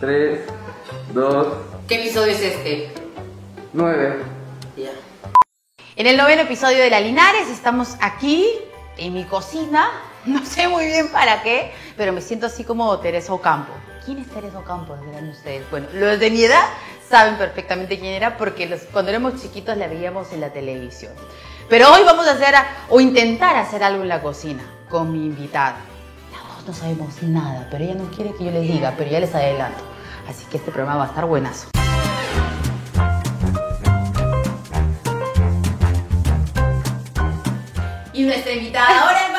3, 2, ¿Qué episodio es este? 9. Ya. En el noveno episodio de La Linares estamos aquí, en mi cocina. No sé muy bien para qué, pero me siento así como Teresa Ocampo. ¿Quién es Teresa Ocampo? Dirán ustedes. Bueno, los de mi edad saben perfectamente quién era porque los- cuando éramos chiquitos la veíamos en la televisión. Pero hoy vamos a hacer a- o intentar hacer algo en la cocina con mi invitada. Las dos no sabemos nada, pero ella no quiere que yo les diga, pero ya les adelanto. Así que este programa va a estar buenazo. Y nuestra invitada ahora es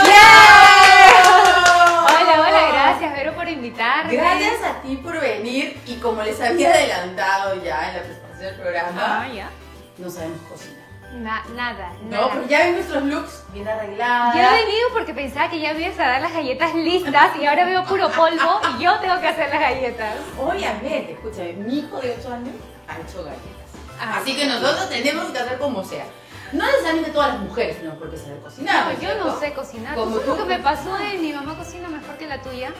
Valeria Piazza. Hola, hola, gracias Vero por invitarme. Ah. Gracias a ti por venir y como les había adelantado ya en la presentación del programa, Ah, ya. no sabemos cocinar. Na- nada, No, nada. pero ya ven nuestros looks bien arreglados. Yo he venido porque pensaba que ya me ibas a dar las galletas listas y ahora veo puro polvo y yo tengo que hacer las galletas. Obviamente, escúchame, mi hijo de 8 años ha hecho galletas. Ah, Así que nosotros tenemos que hacer como sea. No necesariamente todas las mujeres no porque saber cocinar. No, ¿es yo cierto? no sé cocinar. Como ¿Tú sabes tú. lo que me pasó es mi mamá cocina mejor que la tuya?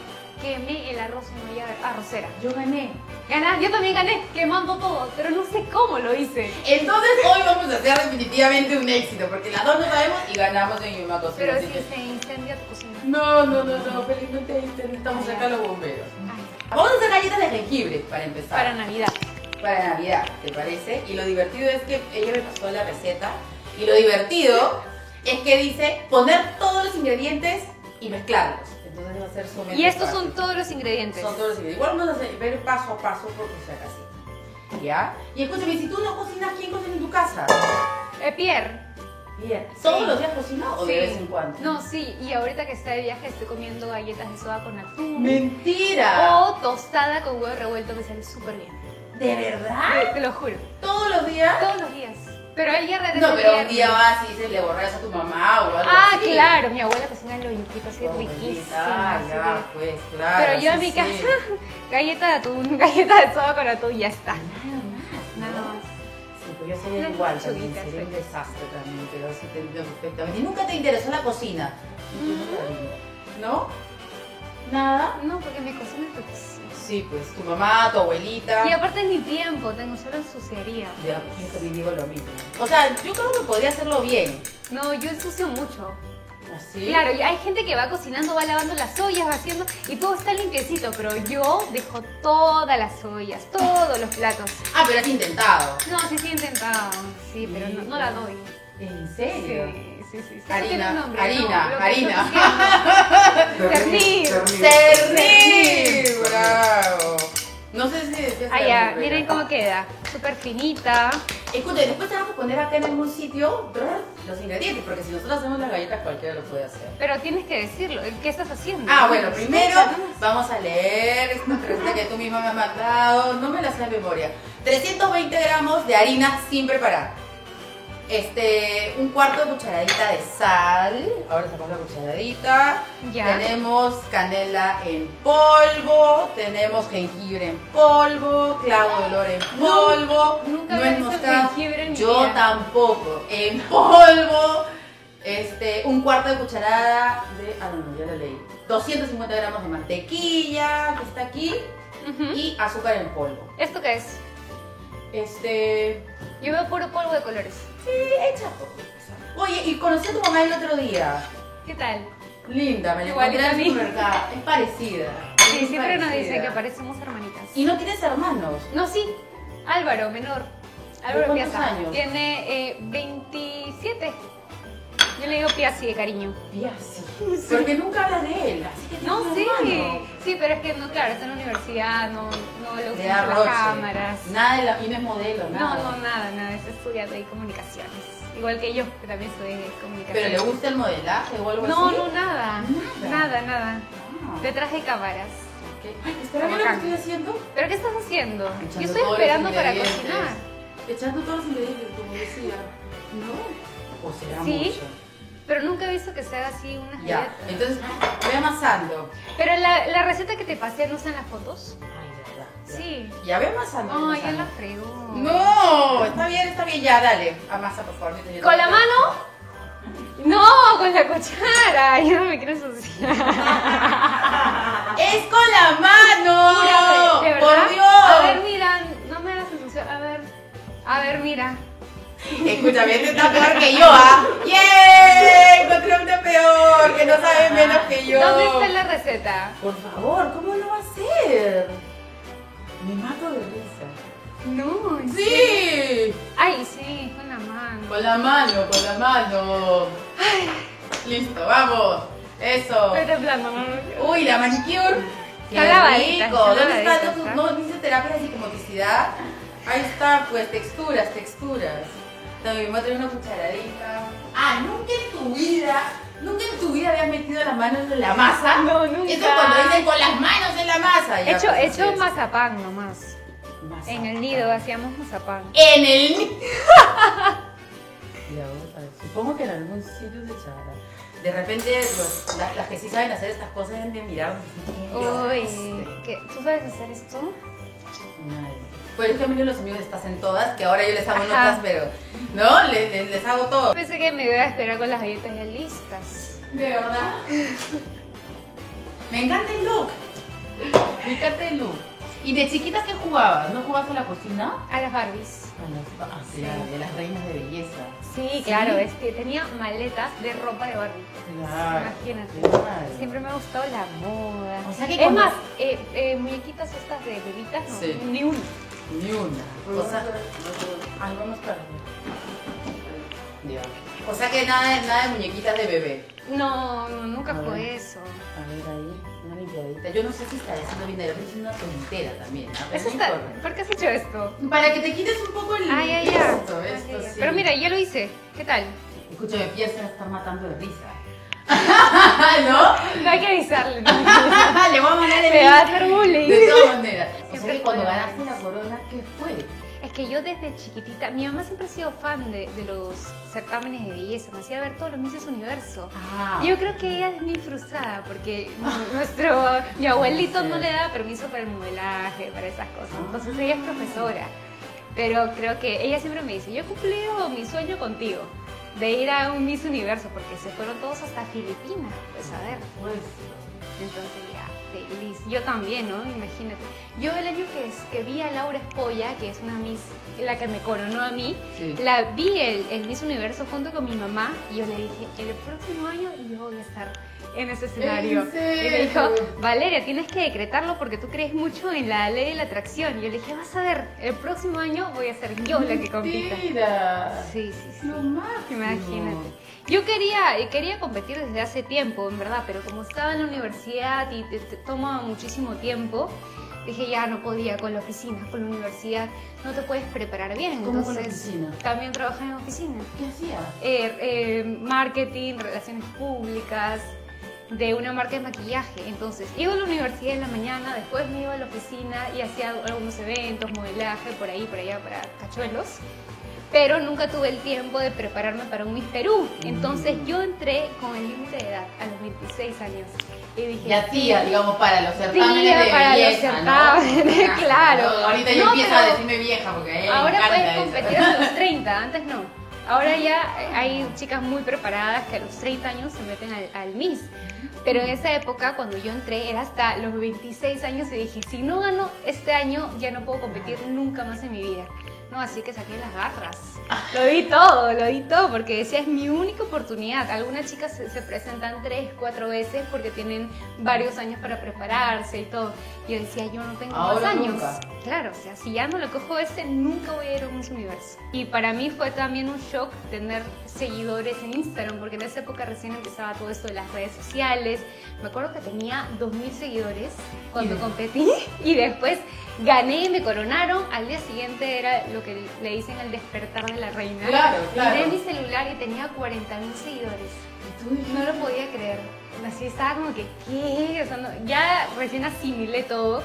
Quemé el arroz en olla arrocera. Yo gané. Ganá, yo también gané, quemando todo, pero no sé cómo lo hice. Entonces hoy vamos a hacer definitivamente un éxito porque las dos no sabemos y ganamos en Yuma Cocina. Pero así si que- se incendia tu cocina. No, no, no, no, felizmente ahí ten- estamos acá los bomberos. Ay, Vamos a hacer galletas de jengibre para empezar. para Navidad. Para Navidad, ¿te parece? Y lo divertido es que ella me pasó la receta. Y lo divertido es que dice poner todos los ingredientes y mezclarlos. Entonces va a ser sumamente Y estos fácil. son todos los ingredientes. Son todos los ingredientes. Igual vamos a hacer- ver paso a paso por tu casita. ¿Ya? Y escúchame, si tú no cocinas, ¿quién cocina en tu casa? Eh, Pierre. Bien. ¿Todos los días cocinas o de Sí. vez en cuando? No, sí, y ahorita que está de viaje estoy comiendo galletas de soda con atún. ¡Mentira! O tostada con huevo revuelto me sale súper bien. ¿De verdad? Te lo juro. ¿Todos los días? Todos los días. Pero el día de No, pero un día vas y dices, le borras a tu mamá o algo Ah, así. claro, mi abuela cocina lo yuquito así Oh, riquísimo. Ah, así ya, que- pues, claro. Pero yo en sí, mi sí. casa, galleta de atún, galleta de soda con atún y ya está. Nada ¿no? más. Sí, pues yo sería Las igual, también lechuguitas, sería un sí. desastre también, pero sí te entiendo perfectamente. ¿Y nunca te interesó la cocina? ¿No? ¿Nada? No, porque mi cocina es riquísima. Sí, pues, tu mamá, tu abuelita. Y aparte ni tiempo, tengo solo ensuciaría. Ya, pues, yo también digo lo mismo. O sea, yo creo que podría hacerlo bien. No, yo ensucio mucho. ¿Así? Claro, y hay gente que va cocinando, va lavando las ollas, va haciendo y todo está limpiecito, pero yo dejo todas las ollas, todos los platos. Ah, pero has intentado. No, sí, sí he intentado, sí, pero no, no la doy. ¿En Sí, serio? sí, sí. sí, Harina, tiene un nombre, harina, no, lo que harina. estoy haciendo. Cernir. ¡Cernir! ¡Bravo! No sé si decías Ah, algo, ya, Rebeca. miren cómo queda, súper finita. Escucha, y después te vamos a poner acá en algún sitio brr, los ingredientes, porque si nosotros hacemos las galletas cualquiera lo puede hacer. Pero tienes que decirlo, ¿qué estás haciendo? Ah, bueno, primero vamos a leer esta receta que tú misma me has mandado. No me la sé de memoria. 320 gramos de harina sin preparar. Este, un cuarto de cucharadita de sal. Ahora sacamos la cucharadita. Ya. Tenemos canela en polvo. Tenemos jengibre en polvo. Clavo de olor en polvo. nunca nuez había visto moscada. jengibre en mi Yo vida. tampoco. En polvo. Este, un cuarto de cucharada de. Ah, no, no, ya la leí. 250 gramos de mantequilla, que está aquí. Ujú. Y azúcar en polvo. ¿Esto qué es? Este. Yo veo puro polvo de colores. Sí, echa todo. Oye, y conocí a tu mamá el otro día. ¿Qué tal? Linda, me la encontré Igualita en el a mí. supermercado. Es parecida. Sí, es siempre nos parecida. dicen que parecemos hermanitas. Y no tienes hermanos. No, sí, Álvaro, menor. Álvaro cuántos Piazza. años? Tiene eh, 27. Yo le digo Piazzi de cariño. Piazzi. Porque nunca hablas de él. Así que No, tienes sí. un hermano. Sí, pero es que, no, claro, está en la universidad, no, no le Le gustan da mucho las roche. cámaras. Nada de la. Y no es modelo, No, nada. no, nada, nada, es estudiante de comunicaciones. Igual que yo, que también soy de Pero le comunicaciones. gusta el modelaje o algo no, así. no, nada, Nada. nada, nada. Ah. Detrás de cámaras. ¿Qué? Ay, espera, mira lo que estoy haciendo. ¿Pero qué estás haciendo? Echando Yo estoy todos los esperando para ingredientes. cocinar. Echando todos los ingredientes, como decía. ¿No? O será Sí. mucho. Pero nunca he visto que se haga así una Ya, galletas. entonces voy amasando. Pero la, la receta que te pasé, ¿no están las fotos? Ay, verdad. Sí. Ya ve amasando. ve Ay, ya amasando. la fregó. No, está bien, está bien, ya, dale. Amasa, por favor. que te- ¿Con la mano? No, con la cuchara. Yo no me quiero ensuciar. ¡Es con la escucha, bien está peor que yo, ¿ah? ¡Yay! Encontré una peor, que no sabe menos que yo. ¿Dónde está la receta? Por favor, ¿cómo lo va a hacer? Me mato de risa. No. ¿en serio? ¡Sí! Ay, sí, con la mano. Con la mano, con la mano. Listo, vamos. Eso. Pero blando, no, no, no. Uy, la manicure. Qué Está lavadita, rico. está ¿Dónde está? lavadita, tu- está. No, dice terapia de psicomotricidad. Ahí está, pues texturas, texturas. También voy a traer una cucharadita. Ah, nunca en tu vida, nunca en tu vida habías metido las manos en la masa. No, nunca. Eso cuando dicen con las manos en la masa. He Ya, hecho, pues, he así hecho es. mazapán nomás. Masa. En el nido hacíamos mazapán. En el. ni- Y ahora, a ver, Supongo que en algún sitio se echará. De repente, los- las, las que sí saben hacer estas cosas deben de mirar. Uy, ¿qué? ¿tú sabes hacer esto? Madre. Pues es que a mí los amigos les pasan todas, que ahora yo les hago Ajá. notas, pero. ¿No? Les, les, les hago todo. Pensé que me iba a esperar con las galletas ya listas. De verdad. Me encanta el look. Me encanta el look. ¿Y de chiquitas qué jugabas? ¿No jugabas a la cocina? A las Barbies. A las, ah, claro, de las reinas de belleza. Sí, claro, es que tenía maletas de ropa de Barbie. Claro. Imagínate. Claro. Siempre me ha gustado la moda. O sea que es cuando- más, eh, eh, muñequitas estas de bebitas, no, Sí. ni una. Ni una. O sea, ay, vamos para allá. Ya. O sea que nada, de- nada de muñequitas de bebé. No, no, nunca A ver. fue eso. A ver ahí, una limpiadita. Yo no sé si está diciendo bien, de repente es una tontera también. ¿ah? Pero Eso no está, importa. ¿Por qué has hecho esto? Ah, Para que te quites un poco el. Ay, ay, ay. Esto, esto, Ay, ay, ay. sí. Pero mira, ya lo hice. ¿Qué tal? Escúchame, Pia se va a estar matando de risa. ¿No? No hay que avisarle. ¿no? Le voy a mandar el Me va a link. hacer bullying. De todas maneras. O sea Siempre que cuando fue. ganaste la corona, ¿qué fue? Es que yo desde chiquitita, mi mamá siempre ha sido fan de, de los certámenes de belleza, me hacía ver todos los Misses Universo. Ah. Y Yo creo que ella es muy frustrada porque nuestro, mi abuelito no le daba permiso para el modelaje, para esas cosas. Entonces ella es profesora. Pero creo que ella siempre me dice, yo he cumplido mi sueño contigo, de ir a un Miss Universo, porque se fueron todos hasta Filipinas, pues a ver. Pues. Entonces ya, feliz. Yo también, ¿no? Imagínate. Yo el año que, es- que vi a Laura Espolla, que es una Miss, la que me coronó a mí, Sí. la vi el, el Miss Universo junto con mi mamá y yo le dije, el próximo año yo voy a estar en ese escenario. ¿En serio? Y me dijo, Valeria, tienes que decretarlo porque tú crees mucho en la ley de la atracción. Y yo le dije, vas a ver, el próximo año voy a ser yo la que compita. Mira. Sí, sí, sí. Lo máximo. Imagínate. Yo quería, eh, quería competir desde hace tiempo, en verdad, pero como estaba en la universidad y te, te toma muchísimo tiempo, dije ya no podía con la oficina, con la universidad, no te puedes preparar bien. ¿Cómo con la entonces, oficina? también trabajé en oficina. ¿Qué hacías? Eh, eh, marketing, relaciones públicas, de una marca de maquillaje. Entonces, iba a la universidad en la mañana, después me iba a la oficina y hacía algunos eventos, modelaje, por ahí, por allá, para cachuelos. Pero nunca tuve el tiempo de prepararme para un Miss Perú. Entonces, yo entré con el límite de edad a los 26 años. Y dije, La tía, digamos, para los certámenes Tía de para los belleza, certámenes, ¿no? claro. Ahorita yo No, empiezo pero a decirme vieja porque a ella le Ahora encanta puedes eso. competir a los 30, antes no. Ahora ya hay chicas muy preparadas que a los 30 años se meten al, al Miss. Pero en esa época, cuando yo entré, era hasta los 26 años y dije, si no gano este año, ya no puedo competir nunca más en mi vida. No, así que saqué las garras. Lo di todo, lo di todo, porque decía, es mi única oportunidad. Algunas chicas se, se presentan tres, cuatro veces porque tienen varios años para prepararse y todo. Y yo decía, yo no tengo Ahora más años. nunca. Claro, o sea, si ya no lo cojo este, nunca voy a ir a un Miss universo. Y para mí fue también un shock tener seguidores en Instagram, porque en esa época recién empezaba todo esto de las redes sociales. Me acuerdo que tenía 2.000 seguidores cuando Y- competí y después gané y me coronaron. Al día siguiente era lo que le dicen el despertar de la reina. Claro, Miré claro. mi celular y tenía 40.000 seguidores. Y tú dijiste, No lo podía creer. Así estaba como que, ¿qué? O sea, no- ya recién asimilé todo.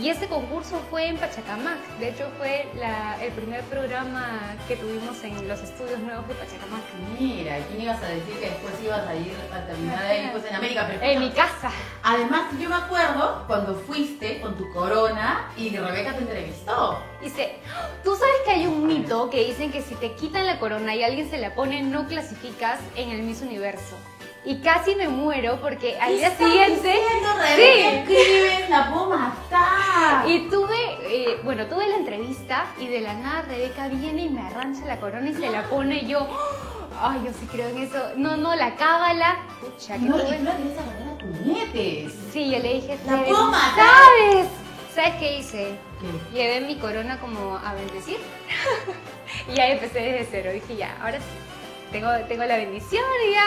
Y ese concurso fue en Pachacamac. De hecho, fue la- el primer programa que tuvimos en los estudios nuevos de Pachacamac. Mira, ¿quién ibas a decir que después ibas a ir a terminar ahí pues, en América? Pero En mi casa. Además, yo me acuerdo cuando fuiste con tu corona y Rebeca te entrevistó. Dice, ¿tú sabes que hay un mito que dicen que si te quitan la corona y alguien se la pone, no clasificas en el Miss Universo? Y casi me muero porque al día ¿Qué estás siguiente... diciendo, Sí. Rebeca Escribes, la puedo matar. Y tuve eh, bueno, tuve la entrevista y de la nada Rebeca viene y me arrancha la corona y se la pone y yo. ¡oh! Ay, yo sí creo en eso. No, no, la cábala. Pucha, que No, tuve- y tú la quieres agarrar a puñetes. Sí, yo le dije, La "Tere, puedo matar". ¿Sabes? ¿Sabes qué hice? Llevé mi corona como a bendecir. y ya empecé desde cero. Dije, ya, ahora sí. Tengo, tengo la bendición y ya,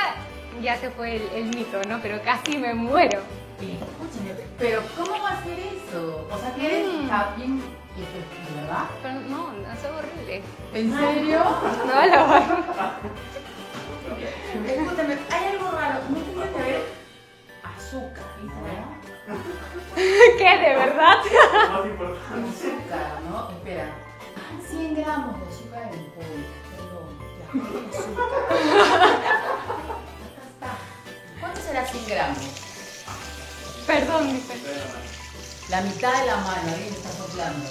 ya se fue el, el mito, ¿no? Pero casi me muero. Escúchame, pero ¿cómo va a ser eso? O sea, que eres Mm. Captain y efectiva, ¿verdad? Pero no, no, eso es horrible. ¿En serio? No, lo voy. Escúchame, hay algo raro. No tendría que haber azúcar, ¿verdad? ¿Qué? ¿De verdad? Azúcar, ¿no? Espera. Ah, 100 gramos de azúcar en el pollo. Perdón. ya, azúcar. Acá está. ¿Cuánto será 100 gramos? Perdón, dice. La mitad de la mano, alguien está soplando.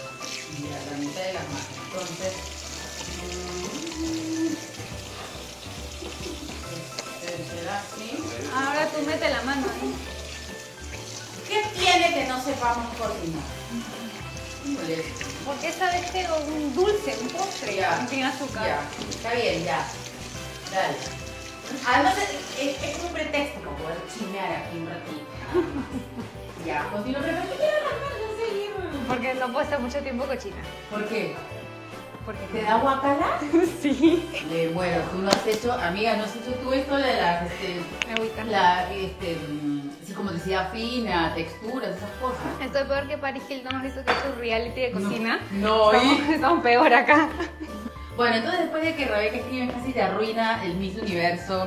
Mira, la mitad de la mano. Entonces. mm, este, ¿Será así? Ahora tú mete la mano. ¿eh? ¿Qué tiene que no sepamos cocinar? Híjole, Porque esta vez tengo un dulce, un postre, Ya. sin azúcar. Ya, está bien, ya. Dale. Además, es- es, es un pretexto para poder chismear aquí un ratito. ya, continúo. Pero ¿por qué quieres arrancar? No sé, Guillermo. Porque no puedo estar mucho tiempo cochina. ¿Por qué? Porque ¿Te da guacala? Sí. Le muero. Eh, Tú no has hecho, amiga, no has hecho tú esto de las, este, Agüita. la, este, mm, así como decía, fina, texturas, esas cosas. Esto es peor que Paris Hilton, ¿has visto que es su reality de cocina? No, no, ¿y? Estamos, estamos peor acá. Bueno, entonces después de que Rebeca escribe casi te arruina el Miss Universo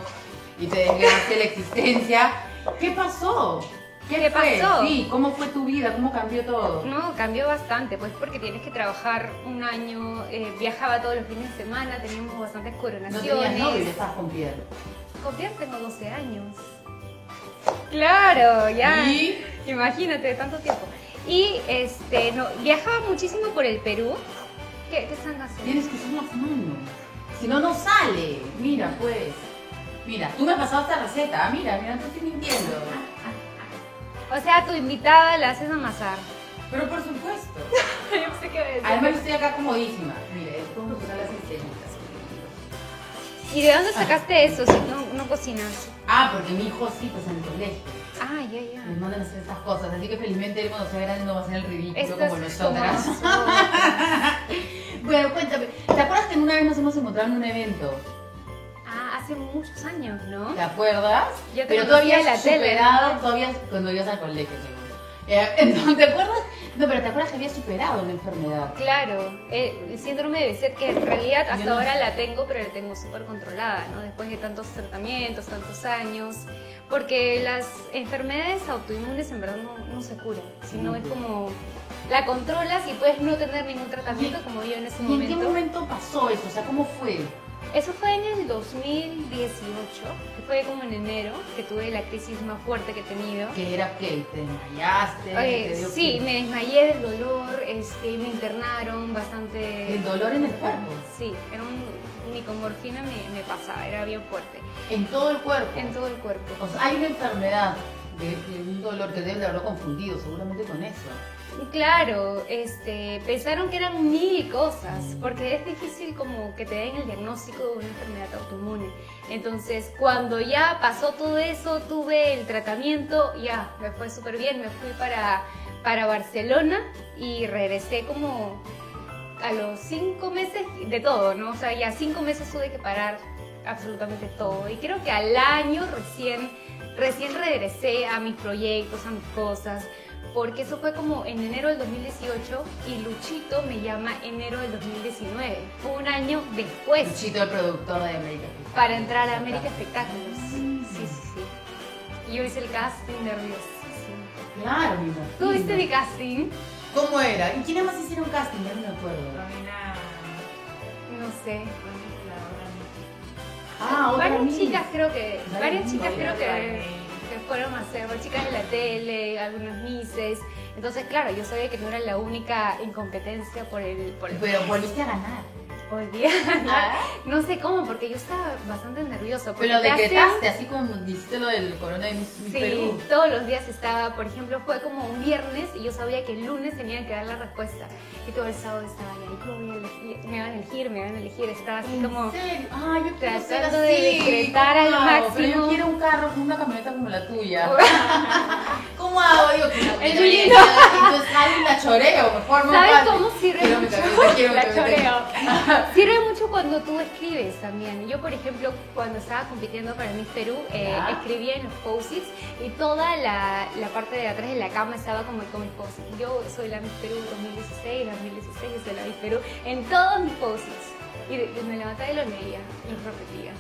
y te desgracia la existencia, ¿qué pasó? ¿Qué fue? pasó? Sí, ¿cómo fue tu vida? ¿Cómo cambió todo? No, cambió bastante, pues porque tienes que trabajar un año, eh, viajaba todos los fines de semana, teníamos bastantes No coronaciones. tenías novio, estabas con Piedra. Copiar tengo 12 años. Claro, ya. ¿Y? Imagínate, tanto tiempo. Y este, no, viajaba muchísimo por el Perú. ¿Qué, qué están haciendo? Tienes que usar las manos. Si no, no sale. Mira, pues. Mira, tú me has pasado esta receta. Ah, Mira, mira, no estoy mintiendo. O sea, tu invitada la haces amasar. Pero por supuesto. Yo pensé que decía- Además, yo estoy acá comodísima. Mira, es como usar las estrellitas. ¿Y de dónde sacaste eso si no, no cocinas? Ah, porque mi hijo sí, pues en el colegio. Ah, ya, ya. Les mandan a hacer estas cosas, así que felizmente él cuando sea grande no va a ser el ridículo Esto como es nosotras. como- Bueno, cuéntame, ¿te acuerdas que una vez nos hemos encontrado en un evento? Ah, hace muchos años, ¿no? ¿Te acuerdas? Yo te Pero tú conocí en habías la tele. superado, tú habías- cuando ibas al colegio, seguro. Eh, entonces, ¿te acuerdas? No, pero ¿te acuerdas que habías superado la enfermedad? Claro, eh, el síndrome de ser que en realidad hasta Yo no- ahora la tengo, pero la tengo súper controlada, ¿no? Después de tantos tratamientos, tantos años, porque las enfermedades autoinmunes en verdad no, no se curan, sino es como la controlas y puedes no tener ningún tratamiento como yo en ese ¿Y en qué momento. momento pasó eso? O sea, ¿cómo fue? Eso fue en el 2018, que fue como en enero, que tuve la crisis más fuerte que he tenido. ¿Qué era qué? ¿Te desmayaste? Oye, ¿Te dio sí, qué? me desmayé del dolor, este, me internaron bastante. ¿El dolor en el cuerpo? Sí, era un nicomorfina me, me pasaba, era bien fuerte, En todo el cuerpo. en todo el cuerpo. O sea, hay una enfermedad, de, de un dolor que deben de haberlo confundido seguramente con eso. Y claro, este, pensaron que eran mil cosas, porque es difícil como que te den el diagnóstico de una enfermedad autoinmune. Entonces, cuando ya pasó todo eso, tuve el tratamiento, ya, me fue súper bien, me fui para, para Barcelona y regresé como a los cinco meses de todo, ¿no? O sea, ya cinco meses tuve que parar absolutamente todo. Y creo que al año recién, recién regresé a mis proyectos, a mis cosas, porque eso fue como en enero del 2018 y Luchito me llama enero del 2019, un año después Luchito, el productor de América. para entrar a América Espectáculos. Sí, sí, sí. Y yo hice el casting nerviosísimo. Claro, mi amor. ¿Tú viste mi casting? ¿Cómo era? ¿Y quiénes más hicieron casting? Ya no me acuerdo. No sé. Ah, otra varias Miss. chicas creo que, Varias varias Miss, chicas creo varias que, que fueron a hacer, bueno, chicas de la tele, algunas misses. Entonces, claro, yo sabía que no era la única incompetencia por el, por el- Pero volviste a ganar. olvidarla. No sé cómo, porque yo estaba bastante nerviosa. porque Pero lo Ah, te hacen- decretaste, así como dijiste lo del coronavirus en Sí, Perú. todos los días estaba, por ejemplo, fue como un viernes y yo sabía que el lunes tenían que dar la respuesta. Y todo el sábado estaba ahí, ¿cómo voy a elegir? Me van a elegir, me van a elegir. Estaba así como, ¿En serio? Ah, yo quiero ser tratando de así, decretar ¿cómo al hago? Pero yo máximo. quiero un carro con una camioneta como la tuya. ¿Cómo hago? Digo, con la El camioneta, tuyo Entonces algo y la choreo, mejor no ¿sabes pase. cómo sirve Quiero mi mucho? camioneta, quiero mi la camioneta. choreo. Sirve mucho cuando tú escribes también. Yo, por ejemplo, cuando estaba compitiendo para Miss Perú, eh, Ya. escribía en los post-its y toda la, la parte de atrás de la cama estaba como con mis post-its. Yo soy la Miss Perú 2016, la 2016, yo soy la Miss Perú, en todos mis post-its. Y, y me levantaba y los leía, los repetía.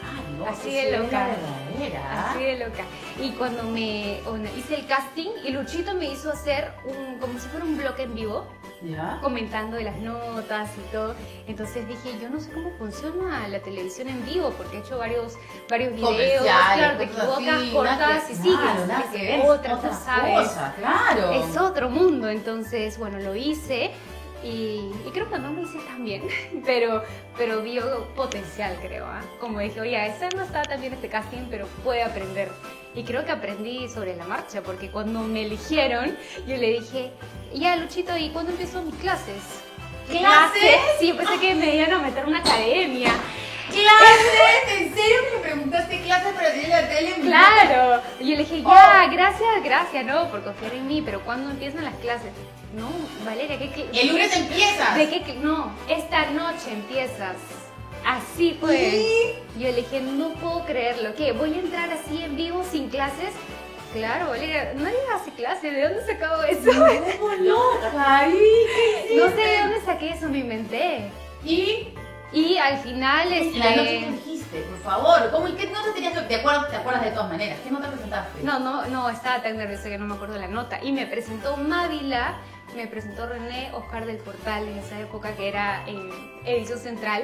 Ah, no, Así sí, de era loca. verdadera. Así de loca. Y cuando me cuando hice el casting, y Luchito me hizo hacer un, como si fuera un bloque en vivo, ¿Ya? comentando de las notas y todo. Entonces dije, yo no sé cómo funciona la televisión en vivo, porque he hecho varios, varios videos, Comerciales, claro, te cosas así, equivocas, nada cortas que- y sigues. claro, nada que ver, es otra, otra no sabes. cosa, claro. Es otro mundo. Entonces, bueno, lo hice. Y, y creo que no lo hice tan bien, pero, pero vio potencial, creo. ¿ah? Como dije, oye, esta no estaba tan bien este casting, pero puede aprender. Y creo que aprendí sobre la marcha, porque cuando me eligieron, yo le dije, ya Luchito, ¿y cuándo empiezo mis clases? ¿Clases? Sí, yo pensé que me iban a meter a una academia. ¡Clases! ¿En serio que me preguntaste clases para tener la tele en vivo? Claro. Y yo le dije, ya, Oh. gracias, gracias, ¿no? Por confiar en mí, pero ¿cuándo empiezan las clases? No, Valeria, ¿qué, qué El lunes empiezas. ¿De qué? cl- No, esta noche empiezas. Así fue. Yo le dije, no puedo creerlo. ¿Qué? ¿Voy a entrar así en vivo sin clases? Claro, Valeria, nadie hace clases. ¿De dónde sacó eso? ¿Cómo loca? ¿Y qué No hiciste? sé de dónde saqué eso, me inventé. Y Y al final, en la noche que este. dijiste, por favor, ¿cómo y qué nota tenías? que- ¿Te acuerdas, te acuerdas de todas maneras? ¿Qué nota presentaste? No, no, no, estaba tan nerviosa que no me acuerdo la nota. Y me presentó Mávila, me presentó René Oscar del Portal en esa época que era eh, edición central,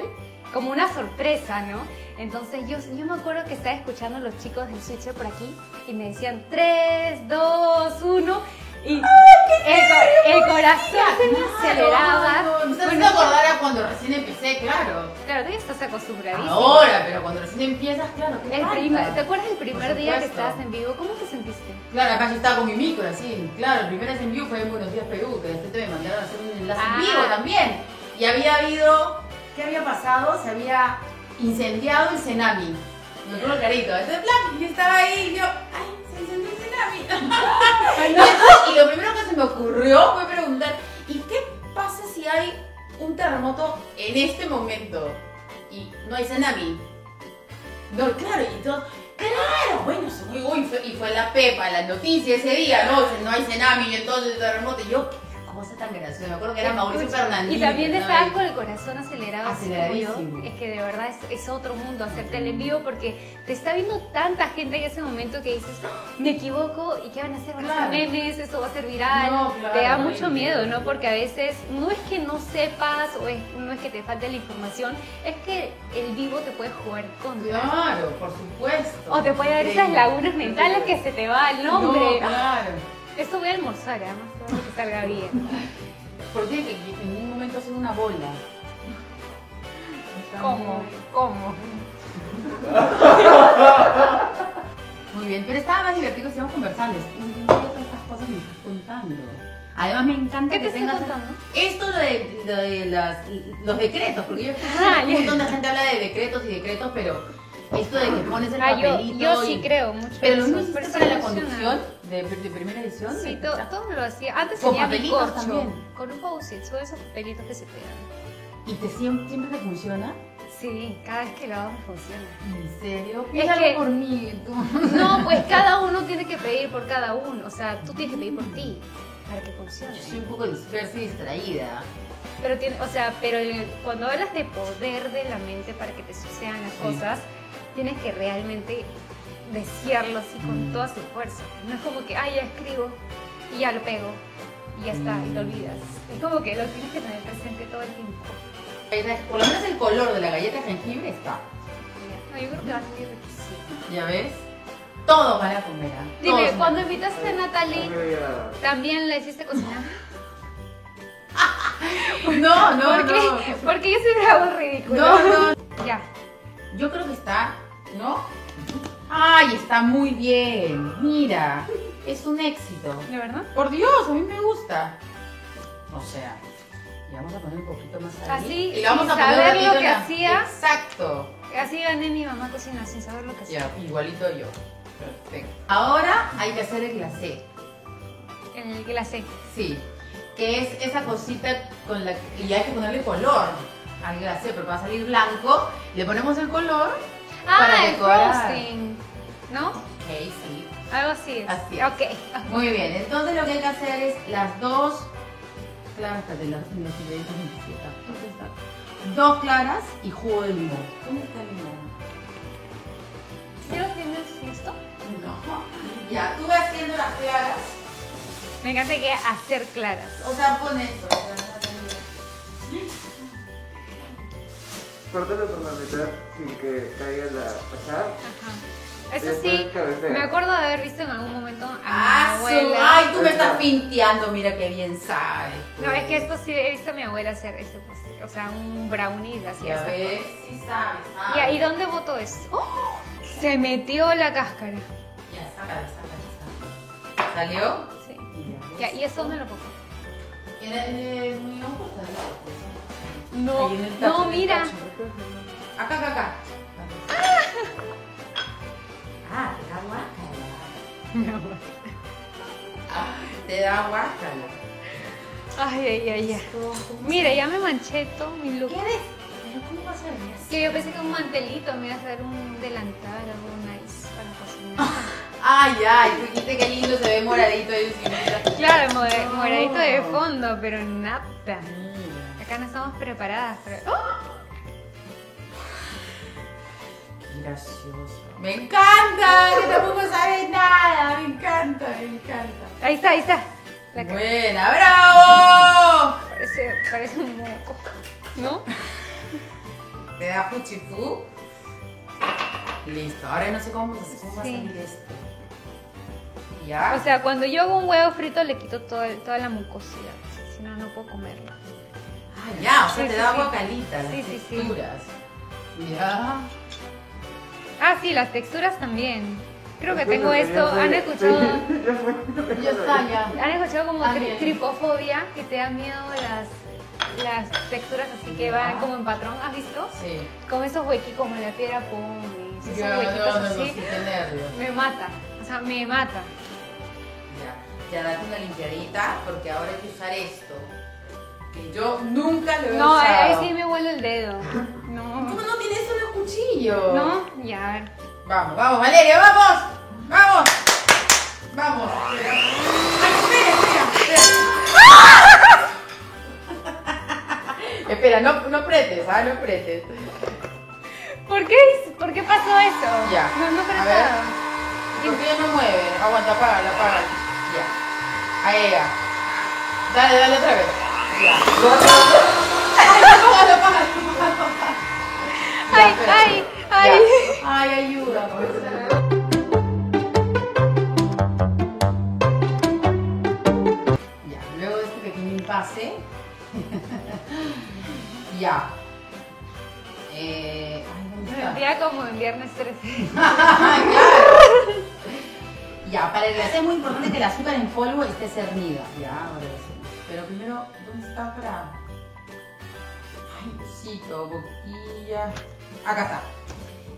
como una sorpresa, ¿no? Entonces yo, yo me acuerdo que estaba escuchando a los chicos del Switcher por aquí y me decían 3, 2, 1 y el, co- el corazón se me aceleraba. No, no, no, Bueno, no acordar a cuando recién empecé, claro. claro, tú ya estás acostumbradísimo. Ahora, pero cuando recién empiezas, claro, ¿qué El falta? primer- ¿Te acuerdas el Por primer día que supuesto. estabas en vivo? ¿Cómo te sentiste? Claro, acá yo estaba con mi micro, así. Claro, el primer en vivo fue en Buenos Días Perú, que después te me mandaron a hacer un enlace Ah. en vivo también. Y había habido. ¿Qué había pasado? Se había incendiado el cenami. Me acuerdo clarito. Entonces, plan, yo estaba ahí y yo. ¡Ay, se incendió el cenami! y lo primero que se me ocurrió fue preguntar: ¿y qué pasa si hay un terremoto en este momento? Y no hay cenami. No, claro, y todo. Claro, bueno, se fue- uy, fue- y fue la pepa, la noticia ese día, ¿no? Se- No hay tsunami, y entonces terremoto. Y yo, qué cosa tan graciosa. Me acuerdo que era Mauricio Escucha, Fernández. Y también estabas con el corazón acelerado. así como yo. Aceleradísimo. Es que de verdad es, es otro mundo hacer tele en vivo porque te está viendo tanta gente en ese momento que dices, "Ah, me equivoco y qué van a hacer, van a hacer Claro. memes, eso va a ser viral. No, claro, te da no, mucho y- miedo, ¿no? Porque a veces no es que no sepas o es- no es que te falte la información, es que el vivo te puede jugar contra. Claro, por supuesto. O te puede dar esas Increíble. lagunas mentales que se te va el nombre. No, claro. Eso voy a almorzar, ¿eh? además, todo lo que salga bien. Porque en ningún momento hacer una bola. ¿Cómo? ¿Cómo? Muy bien, pero estaba más divertido que estábamos conversando. Es increíble todas estas cosas que me estás contando. Además, me encanta ¿Qué que te estoy tengas. contando? Esto lo de, lo de las- los decretos, porque yo escucho Ah, que un ya. montón de gente habla de decretos y decretos, pero esto de que pones el Ah, yo, papelito. yo sí y- creo mucho. Pero lo en mismo eso, hiciste pero para la sí funciona. conducción de, de primera edición. Sí, de- todo, todo lo hacía. Antes Con tenía mi papelitos corcho. también. Con un post-it, son esos papelitos que se pegan. Y te siempre, siempre te funciona. Sí, cada vez que lo hago me funciona. ¿En serio? Es Piénsalo que- por mí. tú. No, pues cada uno tiene que pedir por cada uno. O sea, tú tienes que pedir por ti para que funcione. Yo soy un poco dispersa y distraída. Pero tiene, o sea, pero el- cuando hablas de poder de la mente para que te sucedan las Sí. cosas, tienes que realmente desearlo así con Mm. toda su fuerza. No es como que, ay, ya escribo y ya lo pego y ya está, y te olvidas. Es como que lo tienes que tener presente todo el tiempo. Por lo menos el color de la galleta de jengibre está. No, yo creo que va a salir riquísimo. ¿Ya ves? Todo van a comer. ¿ah? Dime, Todos. cuando invitaste a Natalie, Hombre, ya. también la hiciste cocinar. No, no, ¿Por qué? no. ¿Por qué yo siempre hago ridículo? No, no. Ya. Yo creo que está, ¿no? Ay, está muy bien. Mira, es un éxito. ¿De verdad? Por Dios, a mí me gusta. O sea, le vamos a poner un poquito más ahí. Así, y le vamos sin a poner un saber ratito lo que en la- hacía. Exacto. Así gané mi mamá cocina sin saber lo que hacía. Ya, igualito yo. Perfecto. Ahora hay que hacer el glacé. En el glacé. Sí. Que es esa cosita con la que. Y hay que ponerle color al glacé, pero va a salir blanco. Le ponemos el color. Para Ah, el decorar. frosting. ¿No? Ok, sí. Algo así. es. Así es. Ok. Muy bien, entonces lo que hay que hacer es las dos claras de los, de los ingredientes 27. ¿Dónde está? Dos claras y jugo de limón. ¿Dónde está el limón? ¿Ya lo tienes listo? No. Ya, tú vas haciendo las claras. Me encanta que hacer claras. O sea, pon esto. o sea, no tengo- Córtalo por la mitad sin que caiga la pasada. Ajá. Eso Después sí, cabecea. me acuerdo de haber visto en algún momento a Ah, mi su- abuela. Ay, tú me estás pinteando, mira qué bien sabes. No, es que esto sí he visto a mi abuela hacer este postre. O sea, un brownie así. Ya esa ves, cosa. sí sabes. ¿Y sabes. ahí dónde botó eso? ¡Oh! Se metió la cáscara. Ya, sácala, sácala, sácala. ¿Salió? Sí. Ya, ¿Y eso dónde lo pongo? Era eh, muy ojo, No, Ahí en el tacho, no, en el mira. tacho. Acá, acá, acá. Ah, te da guácala. Ah, te da guácala. Ay, ay, ay, ay. Mira, ya me manché todo mi look. ¿Qué eres? Pero ¿cómo vas a venir así? Que yo pensé que un mantelito me iba a hacer un delantal, algo nice para cocinar. Ah. Ay, ay, tú dijiste que lindo se ve moradito ahí encima. Claro, mode- No. moradito de fondo, pero nada. Mira, Acá no estamos preparadas, pero. ¡Oh! qué gracioso. ¡Me encanta! Que tampoco sabes nada. Me encanta, me encanta. Ahí está, ahí está. La cara Buena, bravo. parece, parece un moco. ¿No? Te da fuchifú. Listo. Ahora no sé cómo, cómo va a Sí. Pues, salir esto. ¿Ya? O sea, cuando yo hago un huevo frito le quito todo el- toda la mucosidad. Si no, no puedo comerlo. ah, ya. O sea, sí, te sí, da sí. guacalita las Sí, sí, sí. texturas. Ya. Ah, sí, las texturas también. Creo que Bueno, tengo ya esto. fue. ¿Han escuchado? Ya fue. Ya está, ya. ¿Han escuchado como Ah, tri- bien. tripofobia? Que te da miedo las, las texturas así que van Ya. como en patrón. ¿Has visto? Sí. Con esos huequitos, como la piedra pomes, esos Ya, huequitos no, no, no, así. sí, qué nervios. Me mata. O sea, me mata. Ya, ya date una limpiadita porque ahora hay que usar esto. Que yo nunca lo he No, ahí- usado. ahí sí me vuelve el dedo. ¿Cómo No. no tienes solo el cuchillo? No, ya, a ver. Vamos, vamos, Valeria, vamos. Vamos. Vamos. Ay, espera, espera, espera. espera, no, no pretes, ah, no pretes. ¿Por qué, ¿Por qué pasó eso? Ya. No, no A ver. nada. Porque ya no mueve. Aguanta, apágala, apágala. Ya. Ahí ya. Dale, dale otra vez. Ya. Apágalo, apágalo, apágalo, apágalo. Ya, Ay, espera. ay, Ya. ay. Ay, ayuda. pues. Ya, luego de este pequeño impasse. ya. Eh, ay, ¿dónde está? Sentía como en viernes 13. Ya, para el glacé es muy importante que el azúcar en polvo esté cernida. Ya, ahora sí. Pero primero, ¿dónde está para...? Ay, cosito, boquilla... Acá está.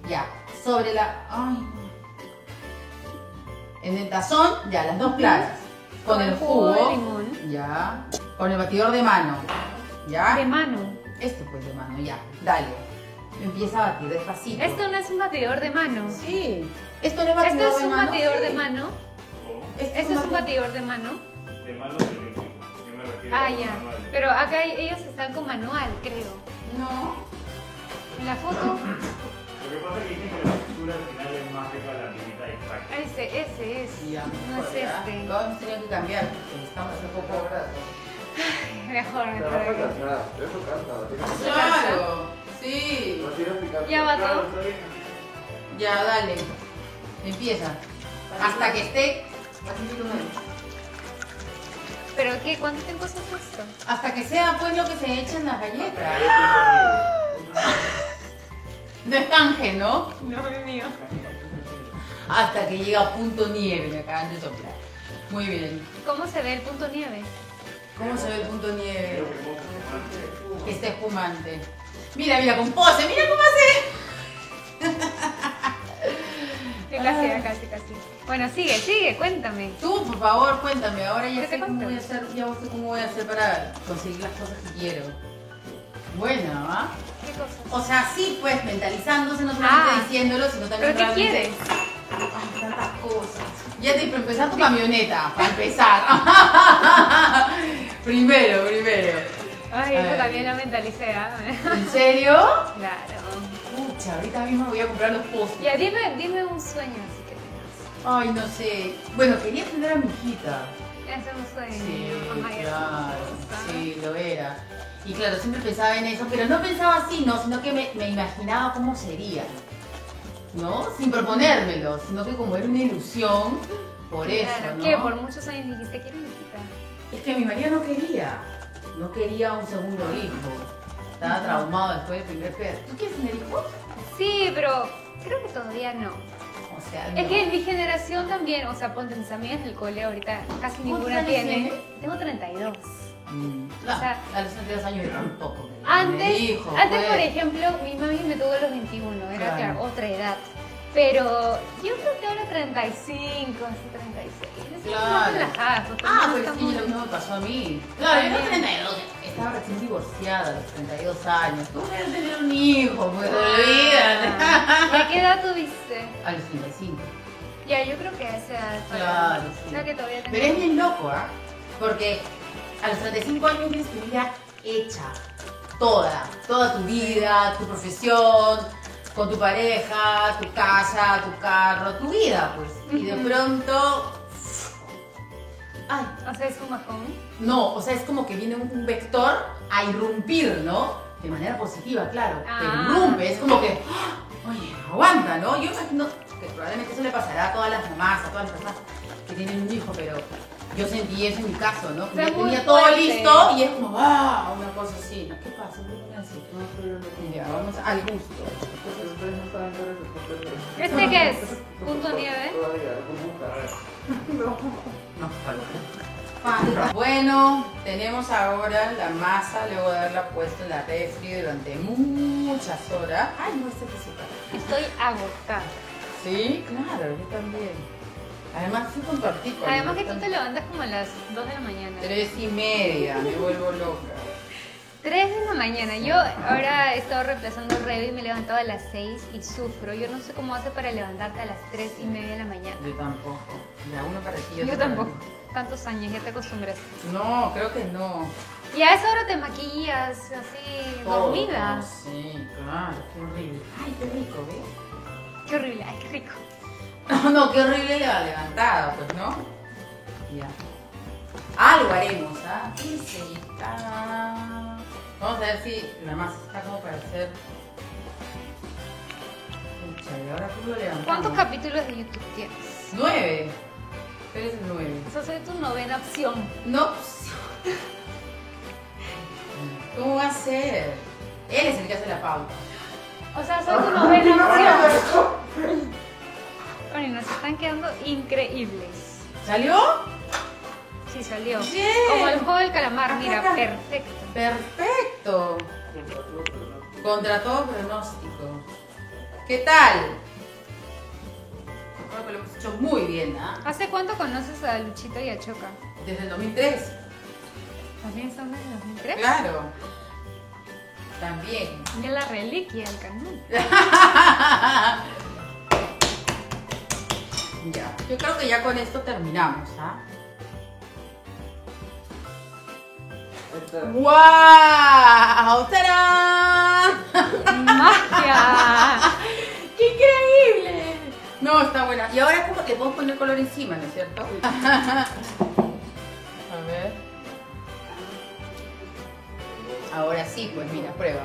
Ya, sobre la... Ay, no. En el tazón, ya, las dos claras. Con el jugo... de limón. Ya. Con el batidor de mano. Ya. De mano. Esto pues de mano, ya. Dale. Empieza a batir despacito. Esto no es un batidor de mano. Sí. Esto no es batidor Esto es de un mano. batidor de Sí. mano. Este Esto es un batidor de mano. De manos del equipo. Yo me refiero Ah, a los ya. manuales. Pero acá ellos están con manual, creo. No. En la foto, Lo que pasa es que dicen que la textura al final es más que para la limita exacta. ese, ese es. Ya. No es Ya. este. Lo hemos tenido que cambiar. porque Estamos un poco Mejor, Te vas a mejor. cansar, eso cansa. Claro. Sí. Vas a ir a picar. Ya va Claro, todo. está bien. Ya, dale. Empieza. Hasta que esté. ¿Pero qué? ¿Cuánto tiempo se ha puesto? Hasta que sea pues lo que se echa en las galletas. No es canje, ¿no? No, es mío. Hasta que llega a punto nieve, me acaban de soplar. Muy bien. ¿Cómo se ve el punto nieve? ¿Cómo se ve el punto nieve? Que está espumante. Mira, mira, con pose, mira cómo hace. Ya Casi, Ah. ya casi, casi. Bueno, sigue, sigue, cuéntame. Tú, por favor, cuéntame. Ahora ¿Qué ya te sé cómo cuento? voy a hacer, ya sé cómo voy a hacer para conseguir las cosas que quiero. Buena, ¿va? ¿Qué cosa? O sea, sí, pues mentalizándose, no solamente Ah. diciéndolo, sino también ¿Pero qué realmente- quieres? Ay, tantas cosas. Ya te para empezar tu camioneta, para empezar. primero, primero. Ay, A eso ver. también lo mentalicé, ¿ah? ¿En serio? Claro. Pucha, ahorita mismo voy a comprar los postres. Ya, dime, dime un sueño, así que Ay, no sé. Bueno, quería tener a mi hijita. Ese es un sueño. Sí, Ajá, ya claro. está. Sí, lo era. Y claro, siempre pensaba en eso, pero no pensaba así, ¿no? Sino que me, me imaginaba cómo sería. ¿No? Sin proponérmelo, sino que como era una ilusión, por eso, Claro, ¿no? que por muchos años dijiste, quiero una hijita. Es que mi marido no quería. No quería un segundo hijo. Estaba traumado después del primer perro. ¿Tú quieres tener hijos? Sí, pero creo que todavía no. O sea, Es Ah, no. que mi generación también, o sea, ponte mis amigas del cole ahorita, casi ninguna años tiene. tienes? Tengo 32. Mm. o sea, a los 32 años era un poco. me Antes, dijo, antes pues. por ejemplo, mi mami me tuvo a los 21, era Claro. claro, otra edad. Pero yo creo que ahora 35, así 36. así Más Claro. relajadas, porque Ah, no pero es que estamos- lo mismo me pasó a mí. Claro, yo a los También. 32. Estaba recién divorciada a los 32 años. ¿Cómo voy a tener un hijo? Pues olvídate. Ah, ¿y ¿A qué edad tuviste? A los 35. Ya, yo creo que a esa edad. para- Claro, sí. Creo que todavía tengo. Pero es bien loco, ¿ah? Porque a los 35 años tienes tu vida hecha. Toda. Toda tu vida, tu profesión, con tu pareja, tu casa, tu carro, tu vida, pues. Y de pronto. ¡Ay! O sea, es un bajón. No, o sea, es como que viene un, un vector a irrumpir, ¿no? De manera positiva, claro. Te Ah. irrumpe, es como que, ¡ah! oye, aguanta, ¿no? Yo imagino que probablemente eso le pasará a todas las mamás, a todas las personas que tienen un hijo, pero yo sentí eso en mi caso, ¿no? Que Fue yo muy tenía todo fuerte. listo y es como, ¡ah! Una cosa así. ¿no? ¿Qué pasa? ¿Qué pasa? Mira, vamos al gusto. ¿Este qué es? ¿Punto nieve? Todavía, burbuja. No, falta. Bueno, tenemos ahora la masa luego de haberla puesto en la refri durante muchas horas. Ay, no, este que súper. Estoy agotada. Sí, claro, yo también. Además, sí compartí con Además que tú te levantas como a las 2 de la mañana. Tres y media, me vuelvo loca. 3 de la mañana. Yo ahora he estado reemplazando Revit, me he levantado a las 6 y sufro. Yo no sé cómo hace para levantarte a las 3 y media de la mañana. Yo tampoco. Ya uno para ti, Yo otro para tampoco. mí. Tantos años, ya te acostumbras. No, creo que no. Y a esa hora te maquillas así, Oh, dormida. Sí, claro, qué horrible. Ay, qué rico, ¿ves? Qué horrible, ay, qué rico. No, qué horrible la levantada, pues, ¿no? Ya. Algo haremos, ¿ah? Sí, sí. Ah. Vamos a ver si la masa está como para hacer. Pucha, y ahora tú lo levantamos. ¿Cuántos capítulos de YouTube tienes? Nueve. Eres el nueve. Esa es tu novena opción. No. pues. ¿Cómo va a ser? Él es el que hace la pauta. O sea, soy tu novena opción. Pero Bueno, y nos están quedando increíbles. ¿Salió? Sí, salió. Sí. Como el juego del calamar, Acá, mira, acá. perfecto. Perfecto. Contra todo pronóstico. ¿Qué tal? Creo que lo hemos hecho muy bien, ¿ah? ¿Hace cuánto conoces a Luchito y a Choca? Desde el 2003. También son del 2003. Claro. También. De la reliquia del canal. Ya. Yo creo que ya con esto terminamos, ¿ah? ¡Wow! ¡Tarán! ¡Magia! ¡Qué increíble! No, está buena. Y ahora como que podemos poner color encima, ¿no es cierto? A ver. Ahora sí, pues mira, prueba.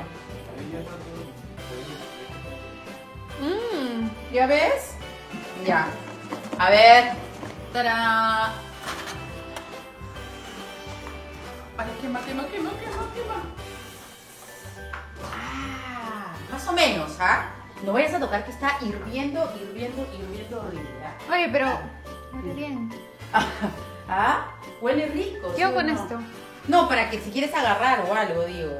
Mmm. Mm, ¿Ya ves? Ya. A ver. ¡Tarán! Para quema, quema, quema, quema, quema. Ah, más o menos, ¿ah? No vayas a tocar que está hirviendo, hirviendo, hirviendo horrible, ¿ah? Oye, pero. Muy bien. ¿Ah? Huele rico. ¿Qué ¿sí hago o con no? esto? No, para que si quieres agarrar o algo, digo.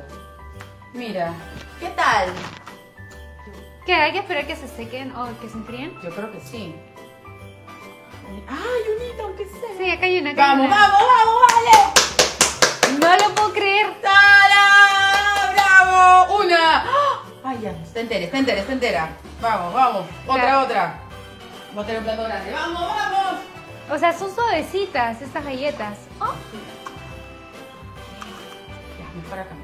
Mira, ¿qué tal? ¿Qué? ¿Hay que esperar que se sequen o que se enfríen? Yo creo que sí. ¡Ay, unita, aunque sea! Sí, acá hay una. acá hay ¡Vamos, una. vamos, vamos, vale! No lo puedo creer. ¡Tala! ¡Bravo! ¡Una! ¡Ah! ¡Ay, ya! Está entera, está entera, está entera. Vamos, vamos. Otra, Claro. otra. Vamos a tener un plato grande. ¡Vamos, vamos! O sea, son suavecitas estas galletas. Oh, Ya, mejor acá.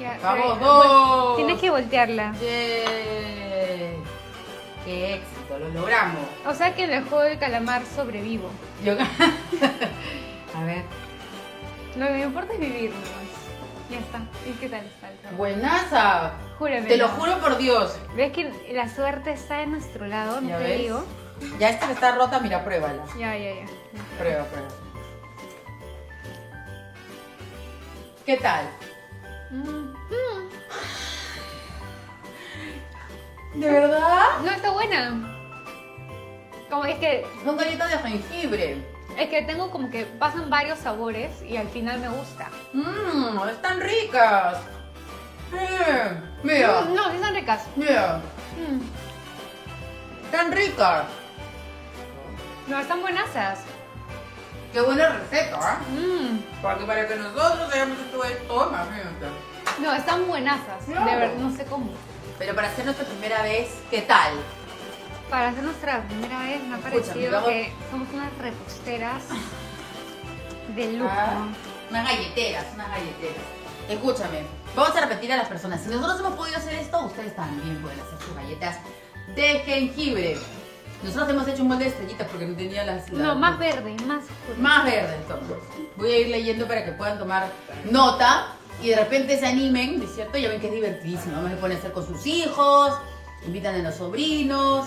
ya, ¡Vamos, pero- dos! Tienes que voltearla. ¡Yay! ¡Qué éxito! ¡Lo logramos! O sea que en el juego de calamar sobrevivo. Yo... a ver. Lo que me importa es vivir nomás. Ya está. ¿Y qué tal está el trabajo? ¡Buenaza! Júrame. Te lo juro por Dios. ¿Ves que la suerte está de nuestro lado? No ¿Ya te ves? digo. Ya esta que está rota, mira, pruébala. Ya, ya, ya. Prueba, prueba. ¿Qué tal? Mm. ¿De verdad? No, está buena. Como es que, Son galletas de jengibre. es que tengo como que pasan varios sabores y al final me gusta. Mmm, están ricas. Eh, Mm, mira, No, sí son ricas. mira, Mm. están ricas. No, están buenasas. Qué buena receta, ¿ah? Mm. Porque para que nosotros hayamos hecho esto, imagínate. No, están buenasas. De Claro. verdad, no sé cómo. Pero para hacer nuestra primera vez, ¿qué tal? Para hacer nuestra primera vez me ha Escúchame, parecido vamos- que somos unas reposteras de lujo. Ah, unas galleteras, unas galleteras. Escúchame, vamos a repetir a las personas. Si nosotros hemos podido hacer esto, ustedes también pueden hacer sus galletas de jengibre. Nosotros hemos hecho un molde de estrellitas porque no tenía las... No, las- más verde, más oscuro. Más verde entonces. Voy a ir leyendo para que puedan tomar nota y de repente se animen, ¿no es cierto? Ya ven que es divertidísimo. Vamos a poner a hacer con sus hijos, invitan a los sobrinos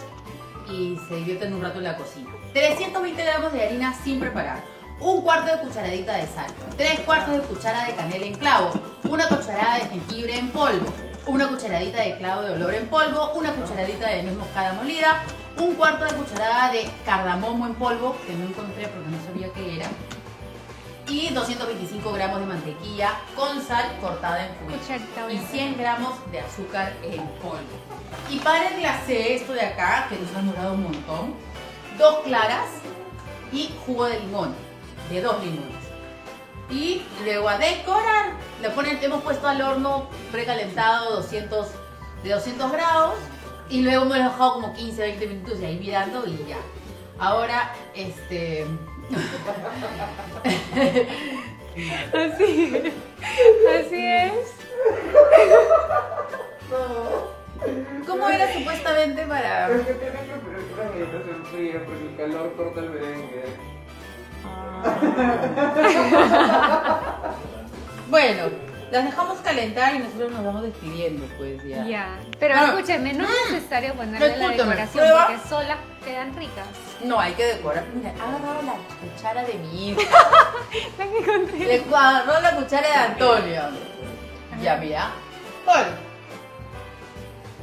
y se divierten un rato en la cocina. 320 gramos de harina sin preparar. Un cuarto de cucharadita de sal, tres cuartos de cuchara de canela en clavo, una cucharada de jengibre en polvo, una cucharadita de clavo de olor en polvo, una cucharadita de nuez moscada molida, un cuarto de cucharada de cardamomo en polvo, que no encontré porque no sabía qué era, y 225 gramos de mantequilla con sal cortada en Cucharita, cubitos voy a y hacer. 100 gramos de azúcar en polvo. Y para el glacé, esto de acá, que nos ha durado un montón, dos claras y jugo de limón, de dos limones. Y luego a decorar, le ponen, hemos puesto al horno precalentado 200, de 200 grados y luego hemos dejado como 15, 20 minutos y ahí mirando y ya. Ahora, este... Así es. Así es. ¿Cómo era supuestamente para...? Pero es que tienes que esperar que las galletas se enfríen porque el calor corta el merengue. Ah, Bueno, las dejamos calentar y nosotros nos vamos despidiendo, pues ya. Ya. Pero Ah. escúchame, no es necesario ponerle la Escúchame, decoración prueba. porque solas quedan ricas. No, hay que decorar. Mira, ha agarrado la cuchara de mi hijo. La que encontré. Le agarró la cuchara de Antonio. Ya, mira. Bueno,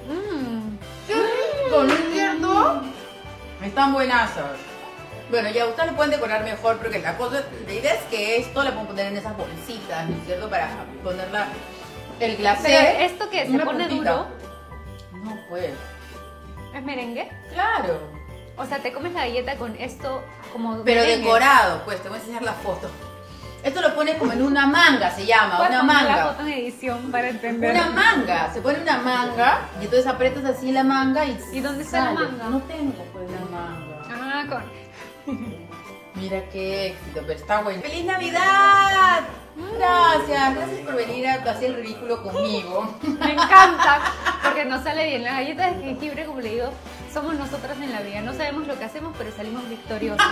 Mm. qué rico, ¿no es cierto? Están buenazas. Bueno, ya ustedes lo pueden decorar mejor porque la cosa, la idea es que esto la pueden poner en esas bolsitas, ¿no es cierto? Para ponerla el Pero glacé. esto que se Una pone puntita. duro No, pues. es merengue. Claro. O sea, te comes la galleta con esto como Pero merengue. decorado, pues, te voy a enseñar la foto. Esto lo pones como en una manga, se llama, Voy a una poner manga. la foto en edición para entender. Una manga, se pone una manga y entonces aprietas así la manga y. ¿Y dónde está la sale. manga? No tengo pues la manga. Ah, con. Mira qué éxito, pero está bueno. ¡Feliz Navidad! Gracias, gracias por venir a hacer el ridículo conmigo. Me encanta, porque nos sale bien. Las galletas de jengibre, como le digo, somos nosotras en la vida. No sabemos lo que hacemos, pero salimos victoriosas.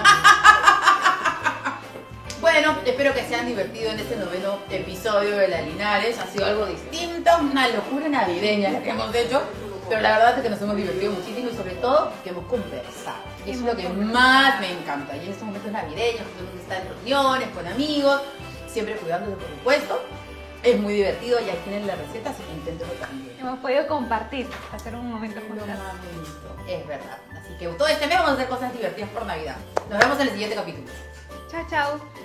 Bueno, espero que se hayan divertido en este noveno episodio de La Linares. Ha sido algo distinto, una locura navideña la que hemos hecho. Pero la verdad es que nos hemos divertido muchísimo y sobre todo que hemos conversado. Y eso es lo que más me encanta. Y en estos momentos navideños, que tenemos que estar en reuniones, con amigos, siempre cuidándose, por supuesto. Es muy divertido, ya tienen la receta, así que inténtenlo también. Hemos podido compartir, hacer un momento Lo juntas. más bonito. Es verdad. Así que todo este mes vamos a hacer cosas divertidas por Navidad. Nos vemos en el siguiente capítulo. Chao, chao.